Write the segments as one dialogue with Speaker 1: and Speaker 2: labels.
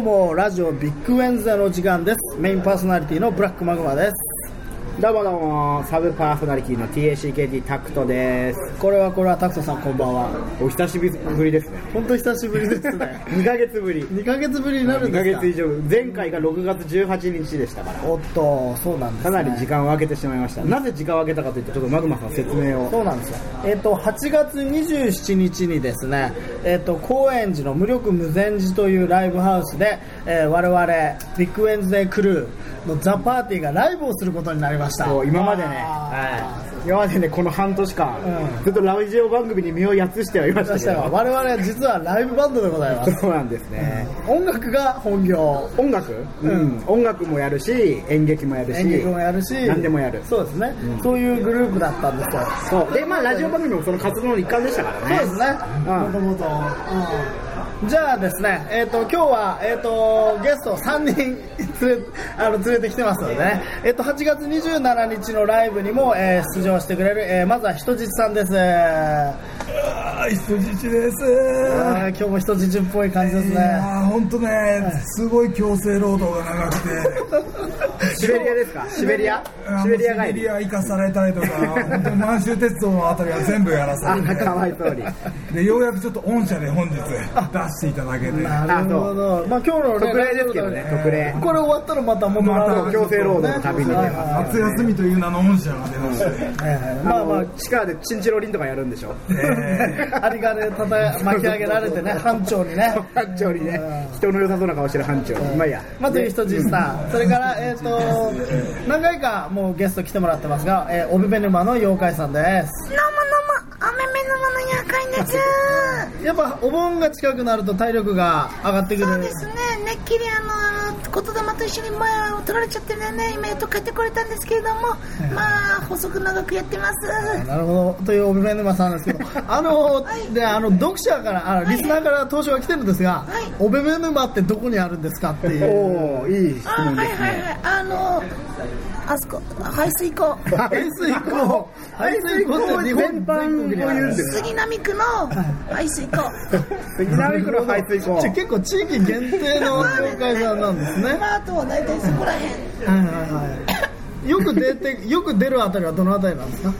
Speaker 1: もラジオビッグウェンズデーの時間ですメインパーソナリティのブラックマグマです
Speaker 2: どうもどうもサブパーソナリティの TACKT タクトです
Speaker 1: これはこれはタクトさんこんばんは
Speaker 2: お久しぶりですね
Speaker 1: 本当久しぶりです ね
Speaker 2: 2ヶ月ぶり
Speaker 1: 2ヶ月ぶりになる
Speaker 2: 2
Speaker 1: んで
Speaker 2: ヶ
Speaker 1: すか
Speaker 2: 月以上前回が6月18日でしたから
Speaker 1: おっとそうなんです、
Speaker 2: か
Speaker 1: ね、
Speaker 2: なり時間を空けてしまいましたなぜ時間を空けたかというとちょっとマグマさん説明を
Speaker 1: そうなんですよ、えっと8月27日にですね、えっと高円寺の無力無禅寺というライブハウスで、えー我々ビッグウェンズデークルーのザ・パーティーがライブをすることになりました
Speaker 2: そう今までね、
Speaker 1: あー
Speaker 2: はい、今までねこの半年間、
Speaker 1: うん
Speaker 2: ずっとラジオ番組に身をやつしてはいまし
Speaker 1: そ
Speaker 2: たけ
Speaker 1: し
Speaker 2: ど
Speaker 1: たら我々は実はライブバンドでござい ます
Speaker 2: そうなんですね、
Speaker 1: 音楽が本業
Speaker 2: 音楽、うん、音楽もやるし演劇もやるし
Speaker 1: 演劇もやるし
Speaker 2: 何でもやる
Speaker 1: そうですね、そういうグループだったんですよ
Speaker 2: そうでまあラジオ番組もその活動の一環でしたからね
Speaker 1: そうですね
Speaker 2: うん
Speaker 1: もともとうんじゃあですね、えっと今日は、えっとゲストを3人連れ あの連れてきてますのでね、えっと8月27日のライブにも、えー出場してくれる、えーまずは人質さんです
Speaker 3: あー人質です
Speaker 1: あー今日も人質っぽい感じです
Speaker 3: い
Speaker 1: ね
Speaker 3: やー本当ね、すごい強制労働が長くて
Speaker 2: シベリアですかシベリア
Speaker 3: あの
Speaker 2: シベリア帰
Speaker 3: シベ
Speaker 2: り
Speaker 3: リア行かされたりとか本当に満州鉄道のあたりは全部やらさ
Speaker 2: あ
Speaker 3: れて
Speaker 2: かわいそうに
Speaker 3: でようやくちょっと御社で本日出していただけて
Speaker 1: なるほどまあ今日のね
Speaker 2: 特例ですけどね特例
Speaker 1: これ終わったらまた戻られる
Speaker 3: また
Speaker 2: 強制労働の旅にね
Speaker 1: はいはいはい
Speaker 3: 夏休みという名の御社が出まして、
Speaker 1: ま
Speaker 2: ま
Speaker 1: あま
Speaker 2: あま
Speaker 1: あ
Speaker 2: あ地下でチンチロリンとかやるんでしょ
Speaker 3: え
Speaker 1: ありがねたた巻き上げられてね班長にね
Speaker 2: 班長にね人の良さそうな顔してる班長まあいいや
Speaker 1: まあ、という人質さん、それから、えっ、と、何回かもうゲスト来てもらってますが、えー、オビベヌマの妖怪さんです。
Speaker 4: どうもどうも、アメメのものやかいです。
Speaker 1: やっぱ、お盆が近くなると体力が上がってく
Speaker 4: そう
Speaker 1: る
Speaker 4: で。すね、ねっきりあの、言霊と一緒に前を取られちゃってね、今やっと帰ってこれたんですけれども、まあ、細く長くやってます。
Speaker 1: なるほど。というオビベヌマさんですけど、あの、で、あの、読者から、あの、リスナーから当初は来てるんですが、
Speaker 4: はい
Speaker 1: オビベヌマってどこにあるんですかっていう。
Speaker 2: おおいい質
Speaker 4: あ、は
Speaker 2: 問
Speaker 4: い
Speaker 2: で
Speaker 4: はい
Speaker 2: すね
Speaker 4: はい、あの、あそこ、排水溝。
Speaker 1: 排水溝、排水溝って日本全国にあるんです
Speaker 2: す
Speaker 4: 杉並区の排水溝。
Speaker 2: 杉並区の排水溝
Speaker 1: ちょ結構地域限定の妖怪さんなんですね。
Speaker 4: まあ、あとは大体そこら辺。
Speaker 1: はいはいはい。よく出て、よく出るあたりはどのあたりなんですか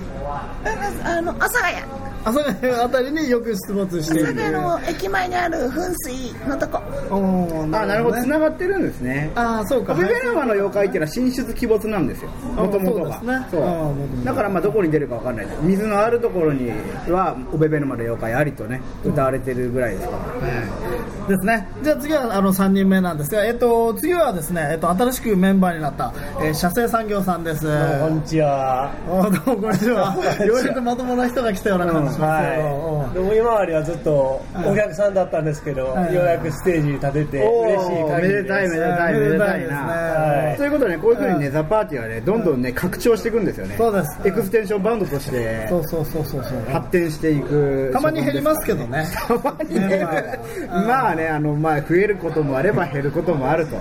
Speaker 4: あの、阿佐ヶ谷。
Speaker 1: 阿佐ヶ谷あたりによく出没してい
Speaker 4: 阿
Speaker 1: る
Speaker 4: 佐ヶ谷の駅前にある噴水のとこ。
Speaker 1: おー
Speaker 2: あなるほど
Speaker 1: ね
Speaker 2: 繋がってるんですね
Speaker 1: ああそうか
Speaker 2: オペベラマの妖怪っていうのは神出鬼没なんですよ
Speaker 1: あ
Speaker 2: もともと
Speaker 1: そうですね
Speaker 2: が
Speaker 1: あー元々
Speaker 2: だからまあどこに出るかわかんないです水のあるところにはオペベラマの妖怪ありとね歌われてるぐらいですから
Speaker 1: ですねじゃあ次はあの3人目なんですが、えっと、次はですね、えっと、新しくメンバーになった、えー、社製産業さんです
Speaker 5: こんにちは。
Speaker 1: おーどうもこんにちはようやくまともな人が来たような感じしますけど、お
Speaker 5: はい。
Speaker 1: ー
Speaker 5: でも今まではずっとお客さんだったんですけど、よ
Speaker 1: はいう
Speaker 5: やくステージに立てて嬉しい
Speaker 2: おー
Speaker 5: 限
Speaker 2: め
Speaker 5: り
Speaker 2: でたいめでたいめでたいな
Speaker 5: は
Speaker 2: ということでねこういうふうにねザ・パーティーはねどんどんね拡張していくんですよね
Speaker 1: そうです
Speaker 2: エクステンションバンドとして
Speaker 1: そうそうそうそうそう
Speaker 2: 発展していく
Speaker 1: たまに減りますけどね
Speaker 2: たまにね まあねあの、まあ、増えることもあれば減ることもあると、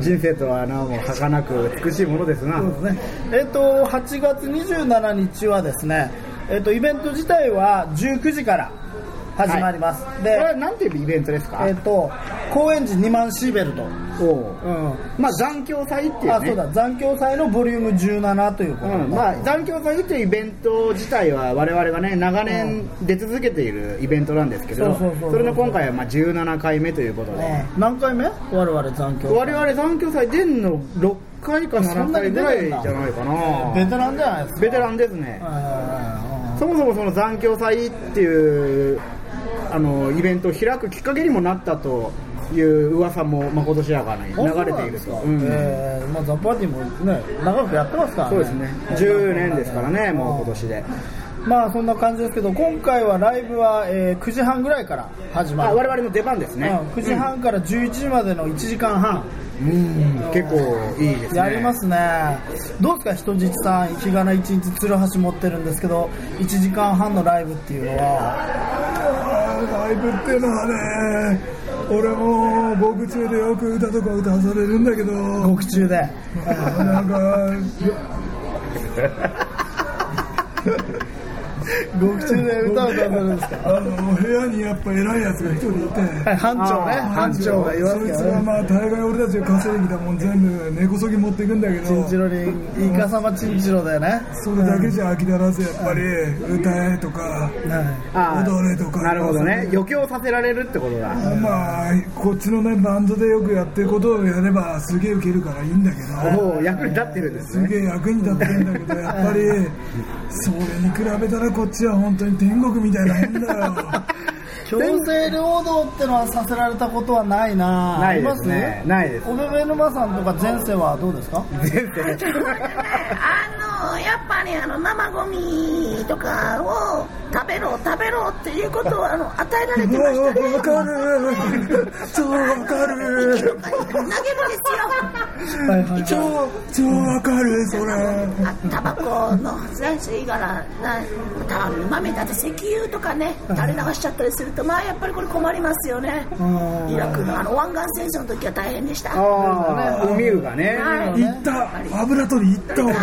Speaker 2: 人生とはなも儚く美しいものですな、
Speaker 1: そうですね。えっ、と8月27日はですね、えっ、とイベント自体は19時から始まります。
Speaker 2: はい
Speaker 1: で
Speaker 2: これ、は何ていうイベントですか、
Speaker 1: えっ、と高円寺2万シーベルト。うん。
Speaker 2: おうまあ残響祭っていうね
Speaker 1: あ、そうだ。残響祭のボリューム17ということ
Speaker 2: う
Speaker 1: で、
Speaker 2: んまあ、残響祭っていうイベント自体は我々がね長年出続けているイベントなんですけ
Speaker 1: うん
Speaker 2: ど
Speaker 1: そうそうそうそう
Speaker 2: それの今回はまあ17回目ということで
Speaker 1: うん何回目？我々残響。
Speaker 2: 我々残響祭出んの6回か
Speaker 1: そん
Speaker 2: 7
Speaker 1: なに出
Speaker 2: 回ぐ
Speaker 1: て
Speaker 2: ら
Speaker 1: ん
Speaker 2: いじ
Speaker 1: だ
Speaker 2: ゃないか
Speaker 1: ベ
Speaker 2: な
Speaker 1: テランじゃないですか。
Speaker 2: ベテランですね
Speaker 1: はいはいはい
Speaker 2: そもそもその残響祭っていうあのイベントを開くきっかけにもなったという噂もまことしやかに
Speaker 1: うん
Speaker 2: 流れていると
Speaker 1: あそう
Speaker 2: う
Speaker 1: なん
Speaker 2: ん
Speaker 1: ですかえーまあザパーティーもね長くやってますからね。
Speaker 2: そうですね10年ですからねもう今年で
Speaker 1: まあそんな感じですけど今回はライブは、えー9時半ぐらいから始ま
Speaker 2: あ
Speaker 1: る
Speaker 2: 我々の出番ですね
Speaker 1: うん9時半から11時までの1時間半
Speaker 2: うん結構いいですね
Speaker 1: やりますねどうですか人質さん日がな1日つるはし持ってるんですけど1時間半のライブっていうのは
Speaker 3: あーライブっていうのはね俺も僕中でよく歌とか歌わされるんだけど
Speaker 1: 獄中で
Speaker 3: なんか
Speaker 1: 獄中で歌を歌わせるんですか
Speaker 3: あの部屋にやっぱ偉いやつが一人いて、
Speaker 1: はい班長ね
Speaker 2: あー
Speaker 1: 班長が言わ
Speaker 3: そい
Speaker 1: す
Speaker 3: つ
Speaker 1: けど
Speaker 3: が
Speaker 1: ね
Speaker 3: まあ大概俺たちが稼いできたもん全部根こそぎ持っていくんだけど
Speaker 1: チンチロにイカ様チンチロだよね
Speaker 3: それだけじゃ飽き足らずやっぱり歌えとか
Speaker 1: はい
Speaker 2: あー
Speaker 3: 踊れとか
Speaker 2: なるほどね余興させられるってことだ
Speaker 3: まあこっちのねバンドでよくやってることをやればすげえウケるからいいんだけど
Speaker 2: もう役に立ってるんです
Speaker 3: す
Speaker 2: ね
Speaker 3: げえ役に立ってるんだけどやっぱりそれに比べたらこっちは本当に天国みたいなもんだよ
Speaker 1: 強制労働ってのはさせられたことはないな
Speaker 2: な
Speaker 1: あ
Speaker 2: いで
Speaker 1: ります
Speaker 2: ねないです
Speaker 1: おべべ沼さんとか前世はどうですか
Speaker 2: 全然
Speaker 4: あのやっぱりあの生ゴミとかを食べろ食べろっていうことをあの与えられて
Speaker 3: う
Speaker 4: ましたね
Speaker 3: わわかる超わかる
Speaker 4: 投げるんですよ
Speaker 1: はいはい
Speaker 3: 超超わかるそれ
Speaker 4: あタバコの発電水からなた豆だって石油とかね垂れ流しちゃったりするとまあやっぱりこれ困りますよねイラクのあの湾岸戦争の時は大変でした
Speaker 2: ああウミウがね
Speaker 4: はい
Speaker 3: 行った油取り行った俺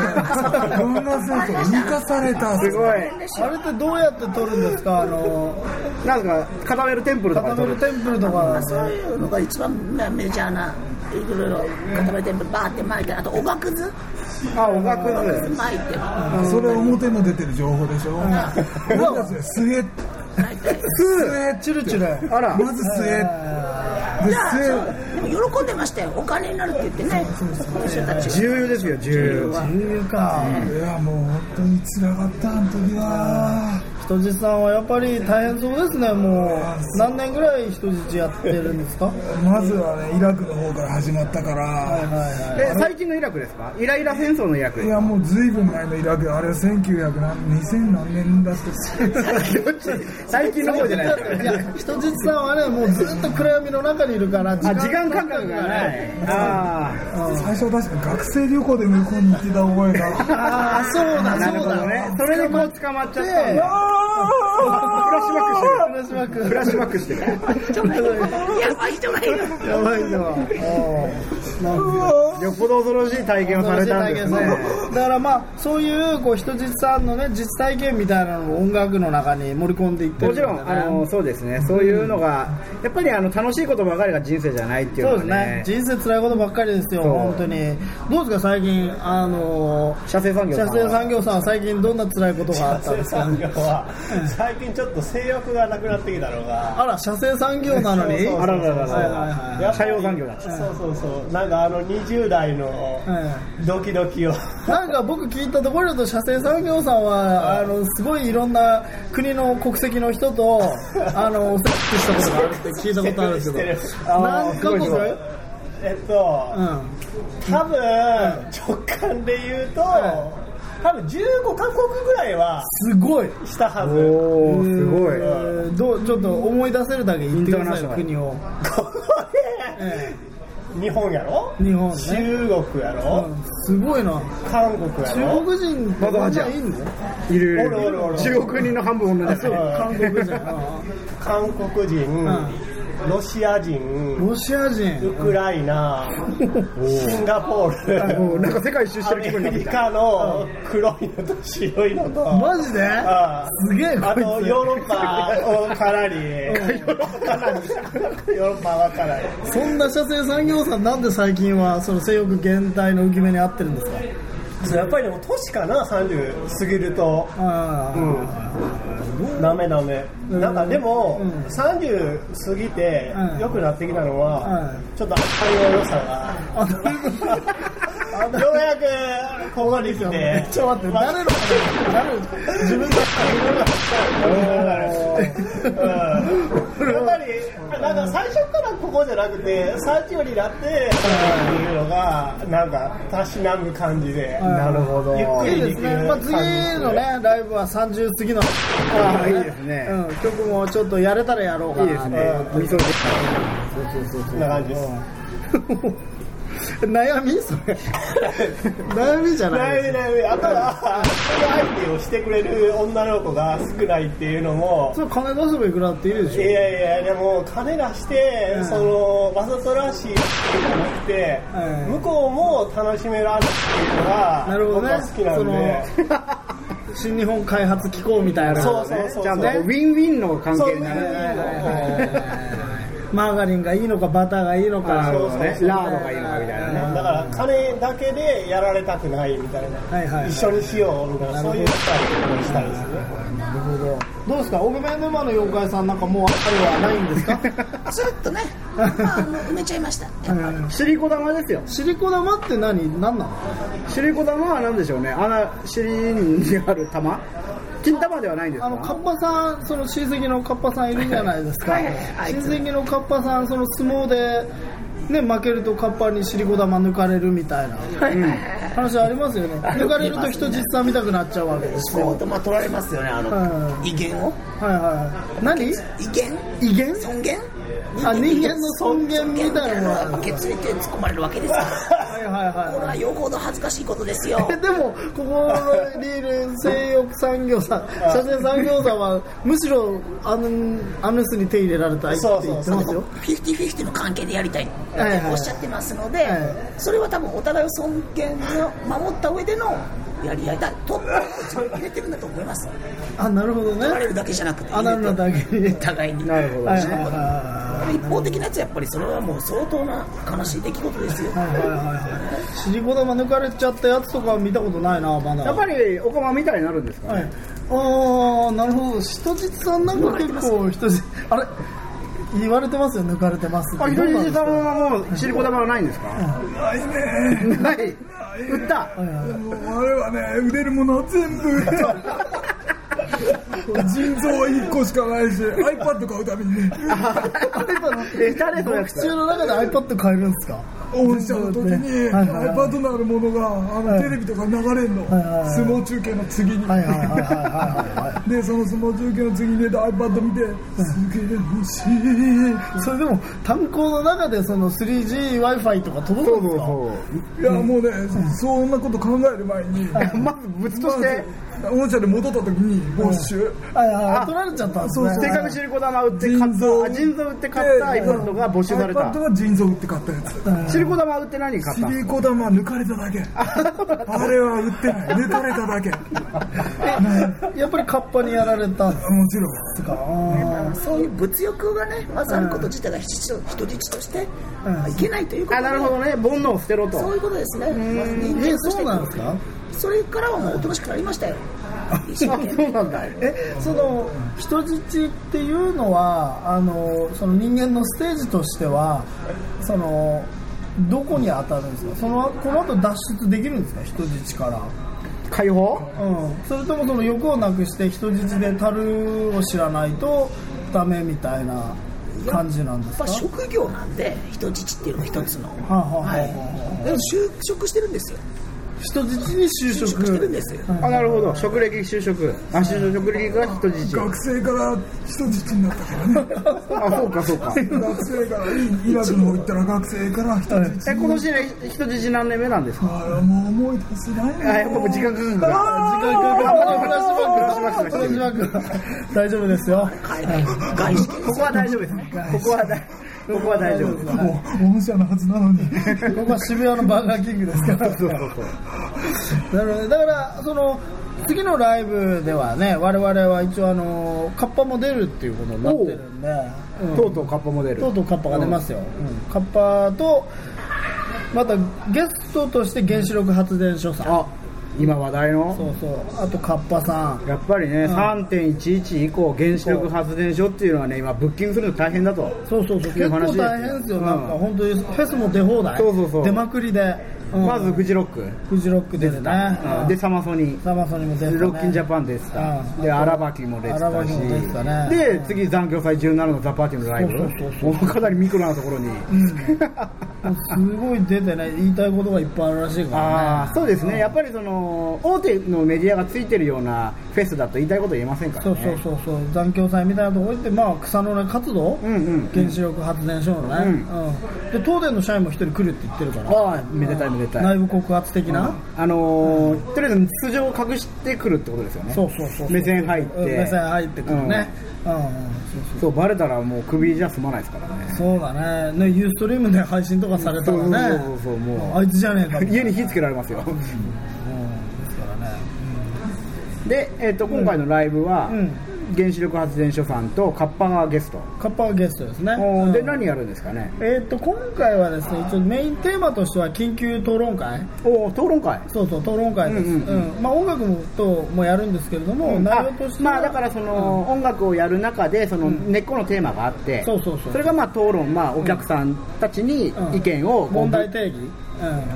Speaker 3: こんな戦争生かされた
Speaker 2: すごい
Speaker 1: あれってどうやって撮るんですかあの
Speaker 2: なんか固めるテンプルとか
Speaker 1: 固
Speaker 2: に撮
Speaker 1: める
Speaker 2: る
Speaker 1: テンプルとかなんです
Speaker 4: そういうのが一番まあメジャーないろいろ固めてバーって巻いてあとおがくず
Speaker 2: あおがくず
Speaker 4: 巻いて
Speaker 3: それ表の出てる情報でしょ俺たちはすげえ
Speaker 4: 巻いて
Speaker 3: すげえ
Speaker 1: チュルチュル
Speaker 2: あら
Speaker 3: まずすえで
Speaker 4: じゃあ
Speaker 3: す
Speaker 4: そうでも喜んでましたよお金になるって言ってねこの人たち
Speaker 2: 重要ですよ重要
Speaker 1: いうか
Speaker 3: えいやもう本当につらかったあの時は
Speaker 1: 人質さんはやっぱり大変そうですねもう何年ぐらい人質やってるんですかはい
Speaker 3: まずはねイラクの方から始まったから
Speaker 1: は
Speaker 2: え最近のイラクですかイライラ戦争のイラク
Speaker 3: いやもうずいぶん前のイラクあれは1900何2000何年だって
Speaker 2: 最近の方じゃないですか
Speaker 1: いいや人質さんはねもうずっと暗闇の中にいるから時
Speaker 2: あ時間感覚がないあ
Speaker 3: 最初は確か学生旅行で向こうに行ってた覚えが
Speaker 1: ああそう
Speaker 2: あな
Speaker 1: だ
Speaker 2: る
Speaker 1: そう
Speaker 2: ほど
Speaker 1: だ
Speaker 2: ねそれでこう捕まっちゃっ
Speaker 1: で
Speaker 2: た
Speaker 1: フラッシュバック
Speaker 2: フラッシュバックしてるフラッシュバックしてる
Speaker 4: 人がいるやばい人がいる
Speaker 2: やばいぞよっぽど恐ろしい体験をされたんですね
Speaker 1: だからまあそういうこう人質さんのね実体験みたいなのを音楽の中に盛り込んでいってる
Speaker 2: もちろんあのそうですねそういうのがやっぱりあの楽しいことばかりが人生じゃないっていう
Speaker 1: そう
Speaker 2: の
Speaker 1: で
Speaker 2: が
Speaker 1: すね
Speaker 2: ね
Speaker 1: 人生辛いことばっかりですよ
Speaker 2: そう
Speaker 1: 本当にどうですか最近あの
Speaker 2: 社生産業
Speaker 1: 社
Speaker 2: さんは
Speaker 1: 生産業さんは最近どんな辛いことがあったん ですか
Speaker 5: 産業は 最近ちょっと性欲がなくなってきたのが
Speaker 1: あら社生産業なのに
Speaker 5: そうそうそう
Speaker 2: あらららら
Speaker 1: はいはい
Speaker 2: ら社用産業だ
Speaker 5: そうそうそうなんかあの20代の
Speaker 1: は
Speaker 5: ドキドキを
Speaker 1: いなんか僕聞いたところだと社生産業さんはあのすごいいろんな国の国籍の人 とあのおセックスしたことがあるって聞いたことあるんですけ
Speaker 5: して
Speaker 1: ど
Speaker 5: る
Speaker 1: 何カ国
Speaker 2: すごいす
Speaker 5: えっと、
Speaker 1: うん
Speaker 5: 多分直感で言うと、
Speaker 1: は
Speaker 5: 多分15カ国ぐらいは
Speaker 1: すごい
Speaker 5: したはず
Speaker 2: おおすごい
Speaker 1: えーどうちょっと思い出せるだけ言ってくだ
Speaker 2: インターナシ
Speaker 1: さ
Speaker 2: ョナ
Speaker 1: い
Speaker 2: ル
Speaker 1: 国を
Speaker 5: これ、
Speaker 1: え
Speaker 5: 日本やろ
Speaker 1: 日本ね
Speaker 5: 中国や
Speaker 1: えう
Speaker 5: ろ、
Speaker 1: んすごいな
Speaker 5: 韓国やろ
Speaker 1: 中国人って
Speaker 2: まだ
Speaker 1: こ
Speaker 2: ア
Speaker 1: ん
Speaker 2: ジ
Speaker 1: な
Speaker 2: ア
Speaker 1: んいいの
Speaker 2: いる
Speaker 5: おるおるおる
Speaker 2: 中国人の半分女ですね
Speaker 1: 韓国人あ
Speaker 5: 韓国人、ロシア人、
Speaker 1: あロシア
Speaker 5: ウ
Speaker 1: 人
Speaker 5: クライナ、シンガポー
Speaker 2: もう
Speaker 5: ル、
Speaker 2: なんか世界一周し
Speaker 5: ア
Speaker 2: てる気分にな
Speaker 5: メ
Speaker 2: って
Speaker 5: リ
Speaker 2: きた
Speaker 5: カの黒いのと白いのと、
Speaker 1: マジで
Speaker 5: あ
Speaker 1: すげえこいつ
Speaker 5: あとヨーロッパをかなり、ヨーロッパ はかなり。
Speaker 1: そんな社生産業さんなんで最近はその性欲減退の浮き目に合ってるんですか
Speaker 5: やっぱりでも年かな、30過ぎると。
Speaker 1: ああ、
Speaker 5: ダメダメ。
Speaker 1: ん
Speaker 5: なんかでも、
Speaker 1: うん
Speaker 5: 30過ぎて
Speaker 1: うん
Speaker 5: 良くなってきたのは
Speaker 1: う、
Speaker 5: ちょっと頭の良さが。
Speaker 1: あなるほど
Speaker 5: ようやくここまで来て、
Speaker 1: ちょっと待って誰の誰の自分だ
Speaker 5: うんやっぱりなんか最初からここじゃなくて30になってっていうのがなんかたしなむ感じで
Speaker 1: なる
Speaker 2: ほど
Speaker 5: ゆっく
Speaker 1: いい
Speaker 5: り
Speaker 1: で
Speaker 5: ですき
Speaker 1: ね、
Speaker 5: る
Speaker 1: まあ、
Speaker 5: 感じ
Speaker 1: 次のねライブは30過ぎの
Speaker 2: ああいいですね
Speaker 1: うん、曲もちょっとやれたらやろうか
Speaker 2: いい
Speaker 1: な
Speaker 2: ですねお味噌汁
Speaker 5: こんな感じです
Speaker 1: 悩みそれ悩みじゃない
Speaker 5: 悩み悩みあとは相手をしてくれる女の子が少ないっていうのも
Speaker 1: それ金出せばいくらだっていいで
Speaker 5: い
Speaker 1: しょ
Speaker 5: やいやでも金出してそのわざとらしいじゃなくて
Speaker 1: うん
Speaker 5: 向こうも楽しめるあるっていうのが
Speaker 1: なるほど
Speaker 5: 僕
Speaker 1: ね
Speaker 5: は好きなんで
Speaker 1: その新日本開発機構みたいな
Speaker 5: そうそうそう
Speaker 2: ちゃんとウ
Speaker 1: ね
Speaker 2: ィンウィンの関
Speaker 5: そう
Speaker 2: 係
Speaker 5: ね
Speaker 2: になる
Speaker 1: マーガリンがいいのかバターがいいの
Speaker 2: あ
Speaker 1: か
Speaker 2: の
Speaker 5: そう
Speaker 2: ね
Speaker 5: そう
Speaker 2: ラードがいいのかみたいなね
Speaker 5: だから金だけでやられたくないみたいな、
Speaker 1: はいはい
Speaker 5: 一緒にしようみたいなそういうスタイルをしたりですね
Speaker 1: どうですかオグメ沼の妖怪さんなんかもうあったりはないんですか
Speaker 4: スルッとね、まあ、もう埋めちゃいましたやっぱり
Speaker 2: シリコ玉ですよ
Speaker 1: シリコ玉って何何なの
Speaker 2: シリコ玉は何でしょうねあの尻にある玉金玉ではないんです
Speaker 1: あのカ
Speaker 2: か
Speaker 1: ッパさん、その親戚のカッパさんいるじゃないですか、
Speaker 4: はいはいはい
Speaker 1: 親戚のカッパさん、その相撲で、ね、負けるとカッパに尻子玉抜かれるみたいな話ありますよね、抜かれると人実際見たくなっちゃうわけですよ。
Speaker 4: 相当まあ取られますよねあ
Speaker 1: う
Speaker 4: の威厳を
Speaker 1: はいはい、何
Speaker 4: 威厳
Speaker 1: 威厳
Speaker 4: 尊厳
Speaker 1: あ人間の尊厳みたいなもの
Speaker 4: やっぱ血液に突っ込まれるわけですから
Speaker 1: はいはい
Speaker 4: これ
Speaker 1: は
Speaker 4: はよほど恥ずかしいことですよ
Speaker 1: い。えでも、ここのリール、性欲産業さん、写真産業さんは、むしろアヌアヌスに手入れられたいって言って
Speaker 5: そう
Speaker 4: フ
Speaker 1: ま
Speaker 4: ィ
Speaker 1: すよ。
Speaker 4: フティフィフティの関係でやりたいって
Speaker 1: はいはい
Speaker 4: おっしゃってますので、
Speaker 1: はい
Speaker 4: それは多分お互いを尊厳を守った上でのやり合いだと入れてるんだと思います
Speaker 1: あ、なるほどね。
Speaker 4: 取られるだけじゃなくて
Speaker 1: あなるのだけに入れて
Speaker 4: 互いに
Speaker 2: なるほど
Speaker 1: はい
Speaker 2: ね
Speaker 1: はいはいは
Speaker 4: 一方的なやつやっぱりそれはもう相当な悲しい出来事ですよ
Speaker 1: いはいはいはい尻子玉抜かれちゃったやつとかは見たことないなまだ
Speaker 2: やっぱりお釜みたいになるんですか
Speaker 1: はいああなるほど人質さんなんか結構人質あれ言われてますよ抜かれてます
Speaker 2: あ、ひとりじさん
Speaker 1: どうなんで
Speaker 2: はもうシリコ玉はないんですか
Speaker 3: ないね
Speaker 2: ない売った
Speaker 3: もうあれはね売れるものは全部売った腎臓は1個しかないし iPad 買うたびにね
Speaker 2: え、誰
Speaker 1: す
Speaker 2: の
Speaker 1: か
Speaker 2: や
Speaker 1: 獄
Speaker 2: つ
Speaker 1: 中の中で iPad 買えるんですか
Speaker 3: オンしちゃう時に
Speaker 1: はいはいはい
Speaker 3: iPad のあるものがあ
Speaker 1: は
Speaker 3: の
Speaker 1: い
Speaker 3: テレビとか流れんの
Speaker 1: はいはいはい
Speaker 3: 相撲中継の次に
Speaker 1: はいはいはいはいはいは
Speaker 3: でその相撲中継の次にね iPad 見てすげえ欲し
Speaker 1: い それでも炭鉱の中でその 3GWiFi とか届くんですか
Speaker 3: いいやもうねそんなこと考える前に
Speaker 2: う。まず、物として、
Speaker 3: 御社で戻った時に没収
Speaker 1: はいはいはい取られちゃったんですね
Speaker 2: せっかくシリコ玉売って買った、あ腎臓売って買った
Speaker 3: で
Speaker 2: iPad が没収され
Speaker 3: iPad
Speaker 2: た。
Speaker 3: が腎臓売って買ったやつ
Speaker 2: シリコ玉売って何買っ
Speaker 3: シ
Speaker 2: た
Speaker 3: リコ玉抜かれただけあれは売ってない抜かれただけ
Speaker 1: え やっぱりカッパにやられたんです
Speaker 3: もちろん
Speaker 1: かあ
Speaker 4: そういう物欲がねまずあること自体が人質と人質としていけないということ
Speaker 2: あ、
Speaker 4: で
Speaker 2: なるほどね。煩悩を捨てろと。
Speaker 4: そういうことですねまず人
Speaker 1: ーえ
Speaker 4: 間とし
Speaker 1: そ
Speaker 4: て
Speaker 1: うなんですか
Speaker 4: それからはもうおとなしくなりましたよ一生
Speaker 2: あ
Speaker 4: 懸命
Speaker 2: そうなんだ。
Speaker 1: えその人質っていうのはあのその人間のステージとしてはそのどこに当たるんですかそのこの後脱出できるんですか人質から、
Speaker 2: 解放
Speaker 1: うん、それともその欲をなくして人質で樽を知らないとダメみたいな感じなんですか
Speaker 4: やっぱ職業なんで人質っていうのが一つの
Speaker 1: あはあはあ
Speaker 4: はいでも就職してるんですよ
Speaker 1: 人質に就
Speaker 4: 就
Speaker 1: 職
Speaker 4: 職してるんですよ
Speaker 2: あ、なるほど。職歴、就職。あ、就職職歴が人質。
Speaker 3: 学生から人質になったからね
Speaker 2: あ、そうか、そうか。
Speaker 3: 学生からイラクの方行ったら学生から人質
Speaker 2: え、今年ね、人質何年目なんですか
Speaker 3: あらもう思い出せない
Speaker 2: あ、
Speaker 3: ね
Speaker 2: やっぱ時間かかるから。
Speaker 1: 時間かかるフラッシュバック
Speaker 2: フラッシュバ
Speaker 1: フラッシュバック大丈夫ですよ
Speaker 4: 海外外資系
Speaker 2: ここは大丈夫です。ここは大、ここは大丈夫です。
Speaker 3: もう御社のはずなのに
Speaker 1: ここは渋谷のバーガーキングですからなるほどだからその次のライブではね我々は一応あのカッパも出るっていうことになってるんで、うん
Speaker 2: とうとうカッパモデル
Speaker 1: とうとうカッパが出ますよ、うんカッパとまたゲストとして原子力発電所さん
Speaker 2: あ今話題の
Speaker 1: そうそうあとカッパさん
Speaker 2: やっぱりね、3.11以降原子力発電所っていうのはね今ブッキングするの大変だと
Speaker 1: そうそうそう
Speaker 2: い
Speaker 1: 結
Speaker 2: う
Speaker 1: 構
Speaker 2: 話ですよ
Speaker 1: 大変ですよ、
Speaker 2: うん
Speaker 1: なんか本当にフェスも出放題
Speaker 2: そうそうそう
Speaker 1: 出まくりで、うん
Speaker 2: まずフジロック、
Speaker 1: フジロック出てね、うん
Speaker 2: でサマソニ
Speaker 1: サマソニも出て、ね、
Speaker 2: ロッキンジャパンでした、
Speaker 1: うん
Speaker 2: で
Speaker 1: あと
Speaker 2: アラバキも出て
Speaker 1: アラ
Speaker 2: た
Speaker 1: バ
Speaker 2: し
Speaker 1: キも出てたね
Speaker 2: で次残響祭17のザ・パーティーのライ
Speaker 1: そうそう
Speaker 2: ブもうかなりミクロなところに、
Speaker 1: すごい出てね言いたいことがいっぱいあるらしいから
Speaker 2: あ
Speaker 1: ね
Speaker 2: あそうですねやっぱりその大手のメディアがついてるようなフェスだと言いたいこと言えませんから
Speaker 1: そ
Speaker 2: ね
Speaker 1: うそうそうそう残響祭みたいなところ行って、まあ、草の根活動、
Speaker 2: うんうん
Speaker 1: 原子力発電所のね、
Speaker 2: うん
Speaker 1: うんで東電の社員も一人来るって言ってるから
Speaker 2: ああめでたいめでたい
Speaker 1: 内部告発的な、
Speaker 2: あのーとりあえず素性を隠してくるってことですよね
Speaker 1: そうそうそうそう
Speaker 2: 目線入って
Speaker 1: うん目線入ってくるね、うんうん
Speaker 2: そうバレたらもう首じゃ済まないですからね
Speaker 1: そうだねねユーストリームで配信とかされたらね
Speaker 2: そうそうそうそうもう
Speaker 1: あいつじゃねえかみたいな
Speaker 2: 家に火つけられますよ
Speaker 1: ですからね、
Speaker 2: で、えっと今回のライブは、
Speaker 1: うん
Speaker 2: 原子力発電所さんとカッパがゲスト、
Speaker 1: カッパはゲストですね、
Speaker 2: おーで
Speaker 1: うん
Speaker 2: 何やるんですかね
Speaker 1: えー、と今回はですね一応メインテーマとしては緊急討論会
Speaker 2: おー討論会
Speaker 1: そうそう討論会です、
Speaker 2: う
Speaker 1: うんん
Speaker 2: うん
Speaker 1: まあ、音楽もともやるんですけれども、内容としては
Speaker 2: あまあだからその、音楽をやる中でその根っこのテーマがあって、
Speaker 1: そうそうそう
Speaker 2: れがまあ討論、まあ、お客さんたちに
Speaker 1: うん
Speaker 2: 意見をこう
Speaker 1: 問題定義、うん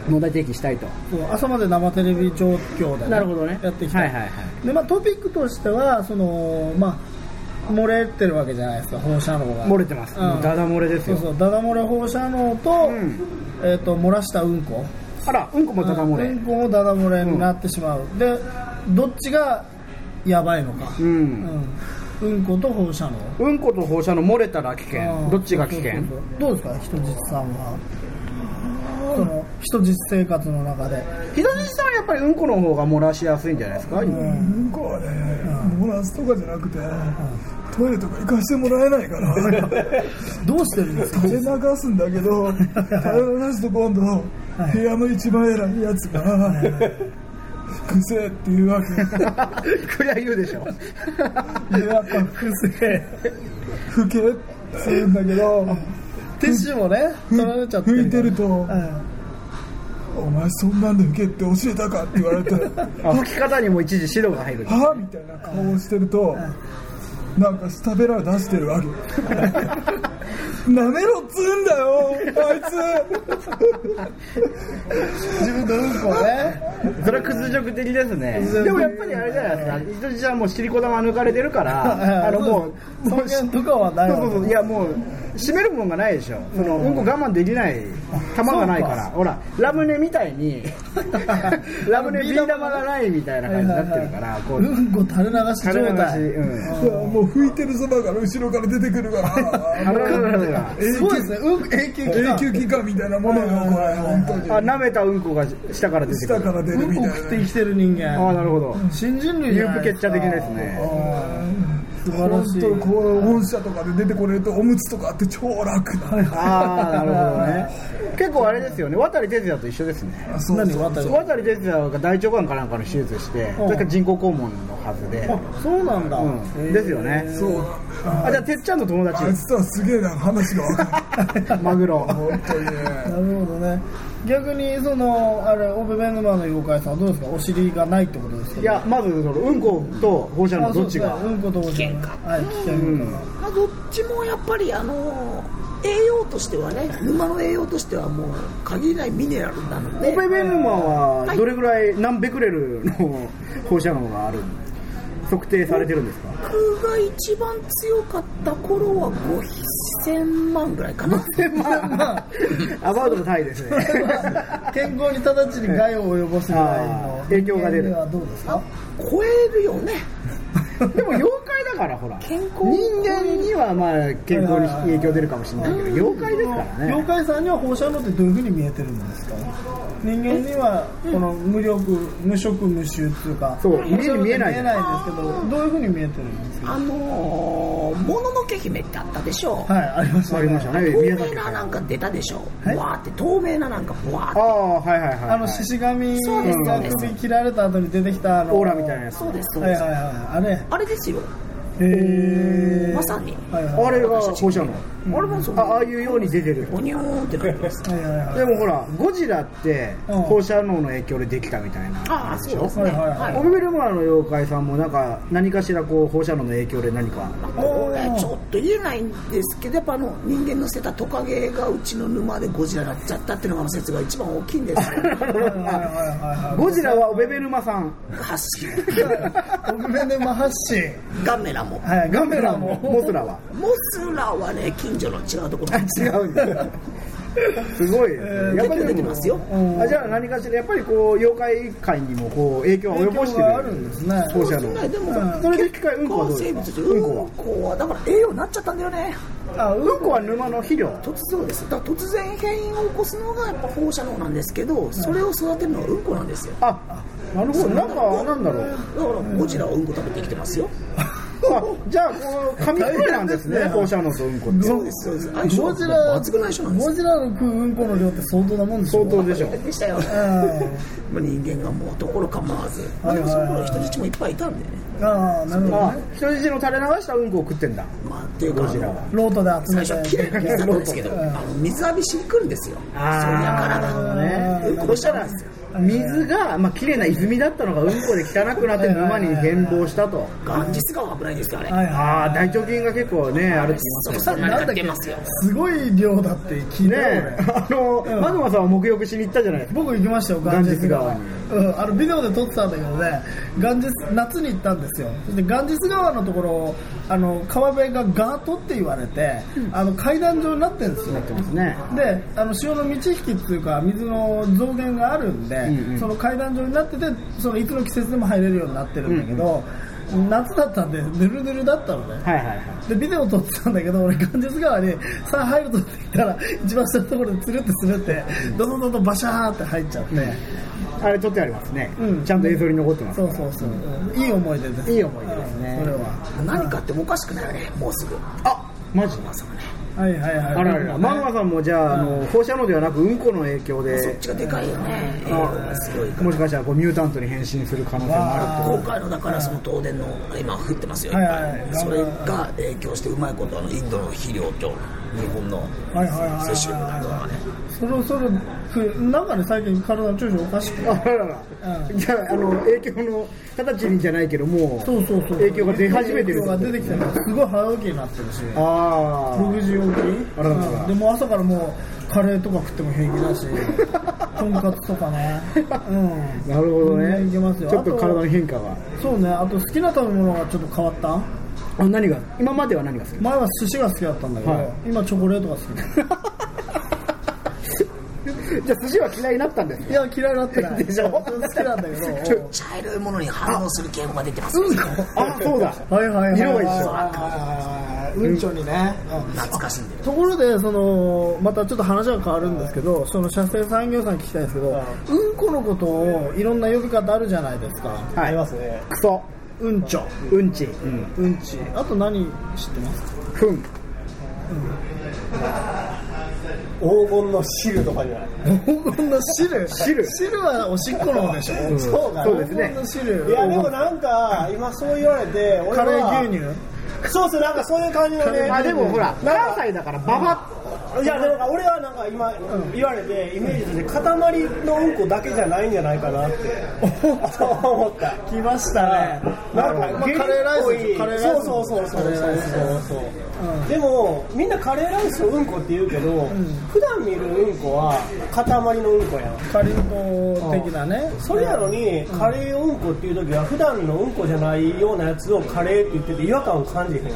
Speaker 2: 問題提起したいと
Speaker 1: そう朝まで生テレビ状況でね、
Speaker 2: なるほどね
Speaker 1: やっていきたい,、
Speaker 2: はいはいは
Speaker 1: でまあ、トピックとしてはその、まあ、漏れてるわけじゃないですか放射能が
Speaker 2: 漏れてます、
Speaker 1: うん
Speaker 2: もうダダ漏れです
Speaker 1: そ
Speaker 2: よ
Speaker 1: うそうダダ漏れ放射能と,、
Speaker 2: うん
Speaker 1: えー、と漏らしたうんこ
Speaker 2: あらうんこもダダ漏れ
Speaker 1: うんうんこもダダ漏れになってしまう、でどっちがやばいのか、
Speaker 2: うん、うん
Speaker 1: うん、うんこと放射能
Speaker 2: こと放射能漏れたら危険
Speaker 1: うん
Speaker 2: どっちが危険
Speaker 1: そうそうそうどうですか人質さんはその人質生活の中で
Speaker 2: 左さんはやっぱりうんこの方が漏らしやすいんじゃないですか、
Speaker 3: うんこはね、漏らすとかじゃなくて、トイレとか行かしてもらえな いから、
Speaker 1: どうしてるんですか
Speaker 3: 垂れ流すんだけど、垂れ流すと今度、部屋の一番偉いやつが、くせえって言うわけ、
Speaker 2: こりゃ言うでしょ
Speaker 1: 迷惑かくせ
Speaker 3: ふけって言うんだけど、
Speaker 1: ティッシュもね取られちゃって
Speaker 3: 拭いてると、
Speaker 1: うん
Speaker 3: お前そんなんでふけって教えたかって言われて、
Speaker 2: 拭き方にも一時指導が入る
Speaker 3: はぁみたいな顔をしてると、なんかスタベラ出してるわけ。なめろっつうんだよ、あい
Speaker 1: 自分のうんこをね
Speaker 2: それは屈辱的ですねでもやっぱりあれじゃないですか羊ちゃんもう尻子玉抜かれてるからあのもうも
Speaker 1: 尊
Speaker 2: う
Speaker 1: 厳とかはない
Speaker 2: そうそうそういやもう締めるもんがないでしょそのうんこ我慢できない玉がないからほらラムネみたいにラムネビー玉がないみたいな感じになってるからこ
Speaker 1: う
Speaker 2: うん
Speaker 1: こ垂れ流し
Speaker 2: 垂れ
Speaker 1: 状
Speaker 2: 流し、
Speaker 1: 態
Speaker 2: うん、
Speaker 3: つもう拭いてるそばから後ろから出てくるから
Speaker 2: あららららら
Speaker 1: すごいですねうん永久期
Speaker 3: 永
Speaker 1: 間
Speaker 3: 久期間みたいなものよこれ本当に
Speaker 2: あ舐めたうんこが下から出てく
Speaker 3: 下
Speaker 2: る
Speaker 3: から出
Speaker 1: う
Speaker 3: る
Speaker 1: ん
Speaker 3: み
Speaker 1: こ
Speaker 3: たいな
Speaker 1: 食って生きてる人
Speaker 2: ああ
Speaker 1: 間
Speaker 2: なるほど
Speaker 1: 新人類じ
Speaker 2: 有
Speaker 1: ゃない
Speaker 2: 腹
Speaker 1: で
Speaker 2: 結
Speaker 1: すか
Speaker 2: 茶的ですね
Speaker 1: 素晴ら
Speaker 3: 本
Speaker 1: しい
Speaker 3: 当にこう本社とかで出てこれるとおむつとかあって超楽な
Speaker 2: ああなるほどね結構あれですよね渡哲也と一緒ですね
Speaker 3: あそう
Speaker 1: 何
Speaker 3: そう
Speaker 1: 渡
Speaker 2: 渡哲也が大腸がんかなんかの手術して
Speaker 1: うん
Speaker 2: それから人工肛門のはずで、
Speaker 1: あそうなんだ、
Speaker 2: うん、ですよね
Speaker 3: そう
Speaker 2: あじゃあてっちゃんの友達
Speaker 3: あいつとはすげえな話が分かる
Speaker 2: マグロ
Speaker 3: 本当にね
Speaker 1: なるほどね逆にそのあれオベベヌマの妖怪さんはどうですかお尻がないってことですか
Speaker 2: いやまずそのうんこと放射能
Speaker 1: あそ
Speaker 2: ど
Speaker 1: う
Speaker 2: っ
Speaker 1: で
Speaker 2: ち
Speaker 1: すね
Speaker 2: が
Speaker 1: うんこと危
Speaker 4: 険か
Speaker 1: はい危険か
Speaker 4: まあ、どっちもやっぱりあの栄養としてはね沼の栄養としてはもう限りないミネラルなので
Speaker 2: オペベンマは
Speaker 4: はい
Speaker 2: どれぐらい何ベクレルの放射能があるんで測定されてるんですか
Speaker 4: 僕が一番強かった頃は5000万ぐらいかな
Speaker 2: アバウトのタイですね
Speaker 1: 健康に直ちに害を及ぼすぐらいの
Speaker 2: あー影響が出る
Speaker 1: 人間にはどうですか
Speaker 4: あ超えるよね
Speaker 2: でも妖怪だからほら
Speaker 4: 健康
Speaker 2: 人間にはまあ健康に影響出るかもしれないけど妖怪ですからね
Speaker 1: 妖怪さんには放射能ってどういうふうに見えてるんですか人間にはこの無力無色無臭っていうか
Speaker 2: そう
Speaker 1: 放射能って
Speaker 2: 見えない
Speaker 1: 見
Speaker 2: じゃ
Speaker 1: え
Speaker 2: な
Speaker 1: ないいんですけどどういうふうに見えてるんですか
Speaker 4: あのーもののけ姫ってあったでしょ
Speaker 1: はいありました
Speaker 2: ありましたね
Speaker 4: 透
Speaker 2: 宮
Speaker 4: 明
Speaker 2: 崎
Speaker 4: な
Speaker 2: さん
Speaker 4: なんか出たでしょ
Speaker 1: はい
Speaker 4: わーって透明ななんかブワ
Speaker 2: あ
Speaker 4: ーって
Speaker 2: あはいはいはいはい
Speaker 1: あの獅子神
Speaker 4: そうですそ
Speaker 1: が
Speaker 4: うです
Speaker 1: 首切られた後に出てきたあの
Speaker 2: オーラみたいなやつ
Speaker 4: そうですそう
Speaker 1: はい
Speaker 4: で
Speaker 1: はいは
Speaker 4: す、
Speaker 1: いあれ
Speaker 4: あれですよ
Speaker 1: へー
Speaker 4: まさに
Speaker 1: はいはい
Speaker 2: あれが放射能
Speaker 4: あれもそう
Speaker 2: あああいうように出てる
Speaker 4: オニョーンってなってます
Speaker 1: はいはいはい
Speaker 2: でもほらゴジラって
Speaker 1: うん
Speaker 2: 放射能の影響でできたみたいな
Speaker 4: ああそうですね
Speaker 1: はいはいはい
Speaker 2: オブベルマーの妖怪さんもなんか何かしらこう放射能の影響で何か
Speaker 4: これちょっと言えないんですけどやっぱあの人間の捨てたトカゲがうちの沼でゴジラになっちゃったっていうのがあの説が一番大きいんですよ
Speaker 2: ゴジラはオベベルマさん
Speaker 4: 発信
Speaker 1: おめでま発信
Speaker 4: ガメラも
Speaker 1: はいガ
Speaker 2: ガ
Speaker 1: メ
Speaker 2: メラ
Speaker 1: ラ
Speaker 2: も
Speaker 1: も
Speaker 2: モスラは
Speaker 4: モスラはね近所の違うところ
Speaker 2: 違うんだすごいですねやっぱりでも
Speaker 4: 出てますよ
Speaker 2: あじゃあ何かしらやっぱりこう妖怪界にもこう影響を及ぼし
Speaker 1: 影
Speaker 2: て
Speaker 1: 響があるんですね
Speaker 2: 放
Speaker 4: そ
Speaker 2: 射
Speaker 4: う ですね
Speaker 2: 能
Speaker 4: でも、
Speaker 2: それで機械うんこはどう
Speaker 4: 生
Speaker 2: で
Speaker 4: 物
Speaker 2: すか
Speaker 4: とい
Speaker 2: うん
Speaker 4: う
Speaker 2: こ
Speaker 4: うんこはだから栄養になっちゃったんだよね
Speaker 1: あう
Speaker 2: はうんんこは沼の肥料
Speaker 4: 突そうですだから突然変異を起こすのがやっぱ放射能なんですけどそれを育てるのがうんこなんですよ
Speaker 2: あなるほどなんかなんだろう
Speaker 4: だからゴジラはうんこ食べて生きてますよ
Speaker 2: あじゃあこう紙くらいなんですね放射能とうんこって
Speaker 1: そう
Speaker 4: そうです相性
Speaker 1: ゴジラ
Speaker 4: 抜群の相性なんですよ
Speaker 1: ゴジラの食ううんこの量って相当なもんでしょ
Speaker 2: 相当でしょう
Speaker 4: でしたよまあ人間がもうところ構わず、まあ、でもその頃人質もいっぱいいたんでね、
Speaker 1: うんああなるほど
Speaker 2: あ
Speaker 1: ね
Speaker 2: 人質の垂れ流したうんこを食ってんだ
Speaker 4: まあ、っていうかあ
Speaker 2: ジラ
Speaker 4: の
Speaker 2: は
Speaker 1: ロートで集
Speaker 4: 最
Speaker 1: め
Speaker 4: 初はきれいに
Speaker 1: て
Speaker 4: 水だったんですけど、あの水浴びしに来るんですよ、そりゃ
Speaker 2: あ
Speaker 4: 体、
Speaker 2: ーね
Speaker 4: うんこしたらですよ、
Speaker 2: 水が、まあ綺麗な泉だったのがうんこで汚くなって沼に変貌したと
Speaker 4: ガンジス川は危ないですよ、あれ、
Speaker 1: はいはい
Speaker 2: ああ大腸菌が結構ねあるって言い
Speaker 4: そう
Speaker 2: ます
Speaker 4: そ
Speaker 2: ね
Speaker 4: んなに出ますよ、
Speaker 1: すごい量だって聞いた
Speaker 2: ねえ
Speaker 1: 俺
Speaker 2: あの、マグマさんは沐浴しに行ったじゃないですか
Speaker 1: 僕行きましたよガンジス川に、うん、あのビデオで撮ってたんだけどねガンジス夏に行ったんですよそしてガンジス川のところをあの川辺がガートって言われて、あの階段状になってるんですよ
Speaker 2: ね
Speaker 1: であの潮の満ち引きっていうか水の増減があるんで、
Speaker 2: んうん
Speaker 1: その階段状になっててそのいつの季節でも入れるようになってるんだけど、夏だったんでぬるぬるだったのね
Speaker 2: はいはいはい
Speaker 1: でビデオ撮ってたんだけど俺ガンジス川にさあ入るとって言ったら一番下のところでつるって滑ってドドドドバシャーって入っちゃって、
Speaker 2: あれ撮ってありますね、
Speaker 1: うん
Speaker 2: ちゃんと映像に残ってます
Speaker 1: そうそうそう、いい思い出です
Speaker 2: いい思い出ですね
Speaker 1: それは
Speaker 4: 何かってもおかしくないよね、もうすぐ、あ
Speaker 2: あマジで
Speaker 1: はいはいはい
Speaker 2: あららら、マグマさんもじゃあ,、あの放射能ではなくうんこの影響
Speaker 4: そっ
Speaker 2: で
Speaker 4: ちがでかいよね、栄養がすごいから。
Speaker 2: もしかしたらこうミュータントに変身する可能性もある
Speaker 4: 今回のだからその東電の今降ってますよ、
Speaker 1: はいはいはい
Speaker 4: それが影響してうまいことあのインドの肥料と日本の
Speaker 1: はいはいはい
Speaker 4: 摂取量などがね
Speaker 1: そろそろくなんかね最近体の調子おかしくて
Speaker 2: とあららら、
Speaker 1: う
Speaker 2: じゃああの影響の形にじゃないけども
Speaker 1: そうそうそう
Speaker 2: 影響が出始めてる
Speaker 1: 影響が出てきてるすごい早起きになってるし
Speaker 2: ああ
Speaker 1: 6時起き
Speaker 2: あららら
Speaker 1: うんでも朝からもうカレーとか食っても平気だし とんかつとかねうん
Speaker 2: なるほどね
Speaker 1: 全然いけますよ
Speaker 2: ちょっと
Speaker 1: あと
Speaker 2: 体の変化が
Speaker 1: そうねあと好きな食べ物がちょっと変わった
Speaker 2: あ何が今までは何が好き
Speaker 1: 前は寿司が好きだったんだけど、
Speaker 2: はい
Speaker 1: 今チョコレートが好
Speaker 2: じゃあ寿司は嫌いになったんです
Speaker 1: きいや嫌いになってない
Speaker 2: でしょ
Speaker 1: 好きなんだけど
Speaker 4: 茶色いものに反応する傾向が出てます、
Speaker 2: あそうだ
Speaker 1: はいはいはい
Speaker 2: 色が一緒
Speaker 1: 緒うんちょにね、うん
Speaker 4: 懐かしんでる
Speaker 1: ところでそのまたちょっと話は変わるんですけどその社製産業さんに聞きたいんですけどうんこのことをいろんな呼び方あるじゃないですか
Speaker 2: はい
Speaker 5: ありますね
Speaker 2: クソ
Speaker 1: うんちょ
Speaker 2: うんち、うん、
Speaker 1: うんちあと何知ってますか
Speaker 2: ふん
Speaker 5: 黄金の汁とかじゃない
Speaker 1: 黄金の汁
Speaker 2: 汁
Speaker 1: 汁はおしっこの方でしょ、
Speaker 2: ん
Speaker 5: そうかな
Speaker 2: そうですね
Speaker 1: 黄金の汁
Speaker 5: いやでもなんか今そう言われて俺
Speaker 1: カレ
Speaker 5: は
Speaker 1: ー牛乳
Speaker 5: そうっすなんかそういう感じのね
Speaker 2: あでもほら
Speaker 5: な
Speaker 2: 7
Speaker 5: んか
Speaker 2: 歳だからババ
Speaker 5: いやなんか俺はなんか今言われてイメージとして塊のうんこだけじゃないんじゃないかなって 思った
Speaker 1: 来ましたね
Speaker 5: なん
Speaker 1: まあ
Speaker 5: か
Speaker 1: カレーライスですよカレーライス
Speaker 5: そうそうそうそうそう
Speaker 1: カレーライス
Speaker 5: そうそう、でもみんなカレーライスのうんこって言うけど、普段見るうんこは塊のうんこやん
Speaker 1: カリンコ的なね
Speaker 5: それやのに、カレーをうんこっていう時は普段のうんこじゃないようなやつをカレーって言ってて違和感を感じへんよ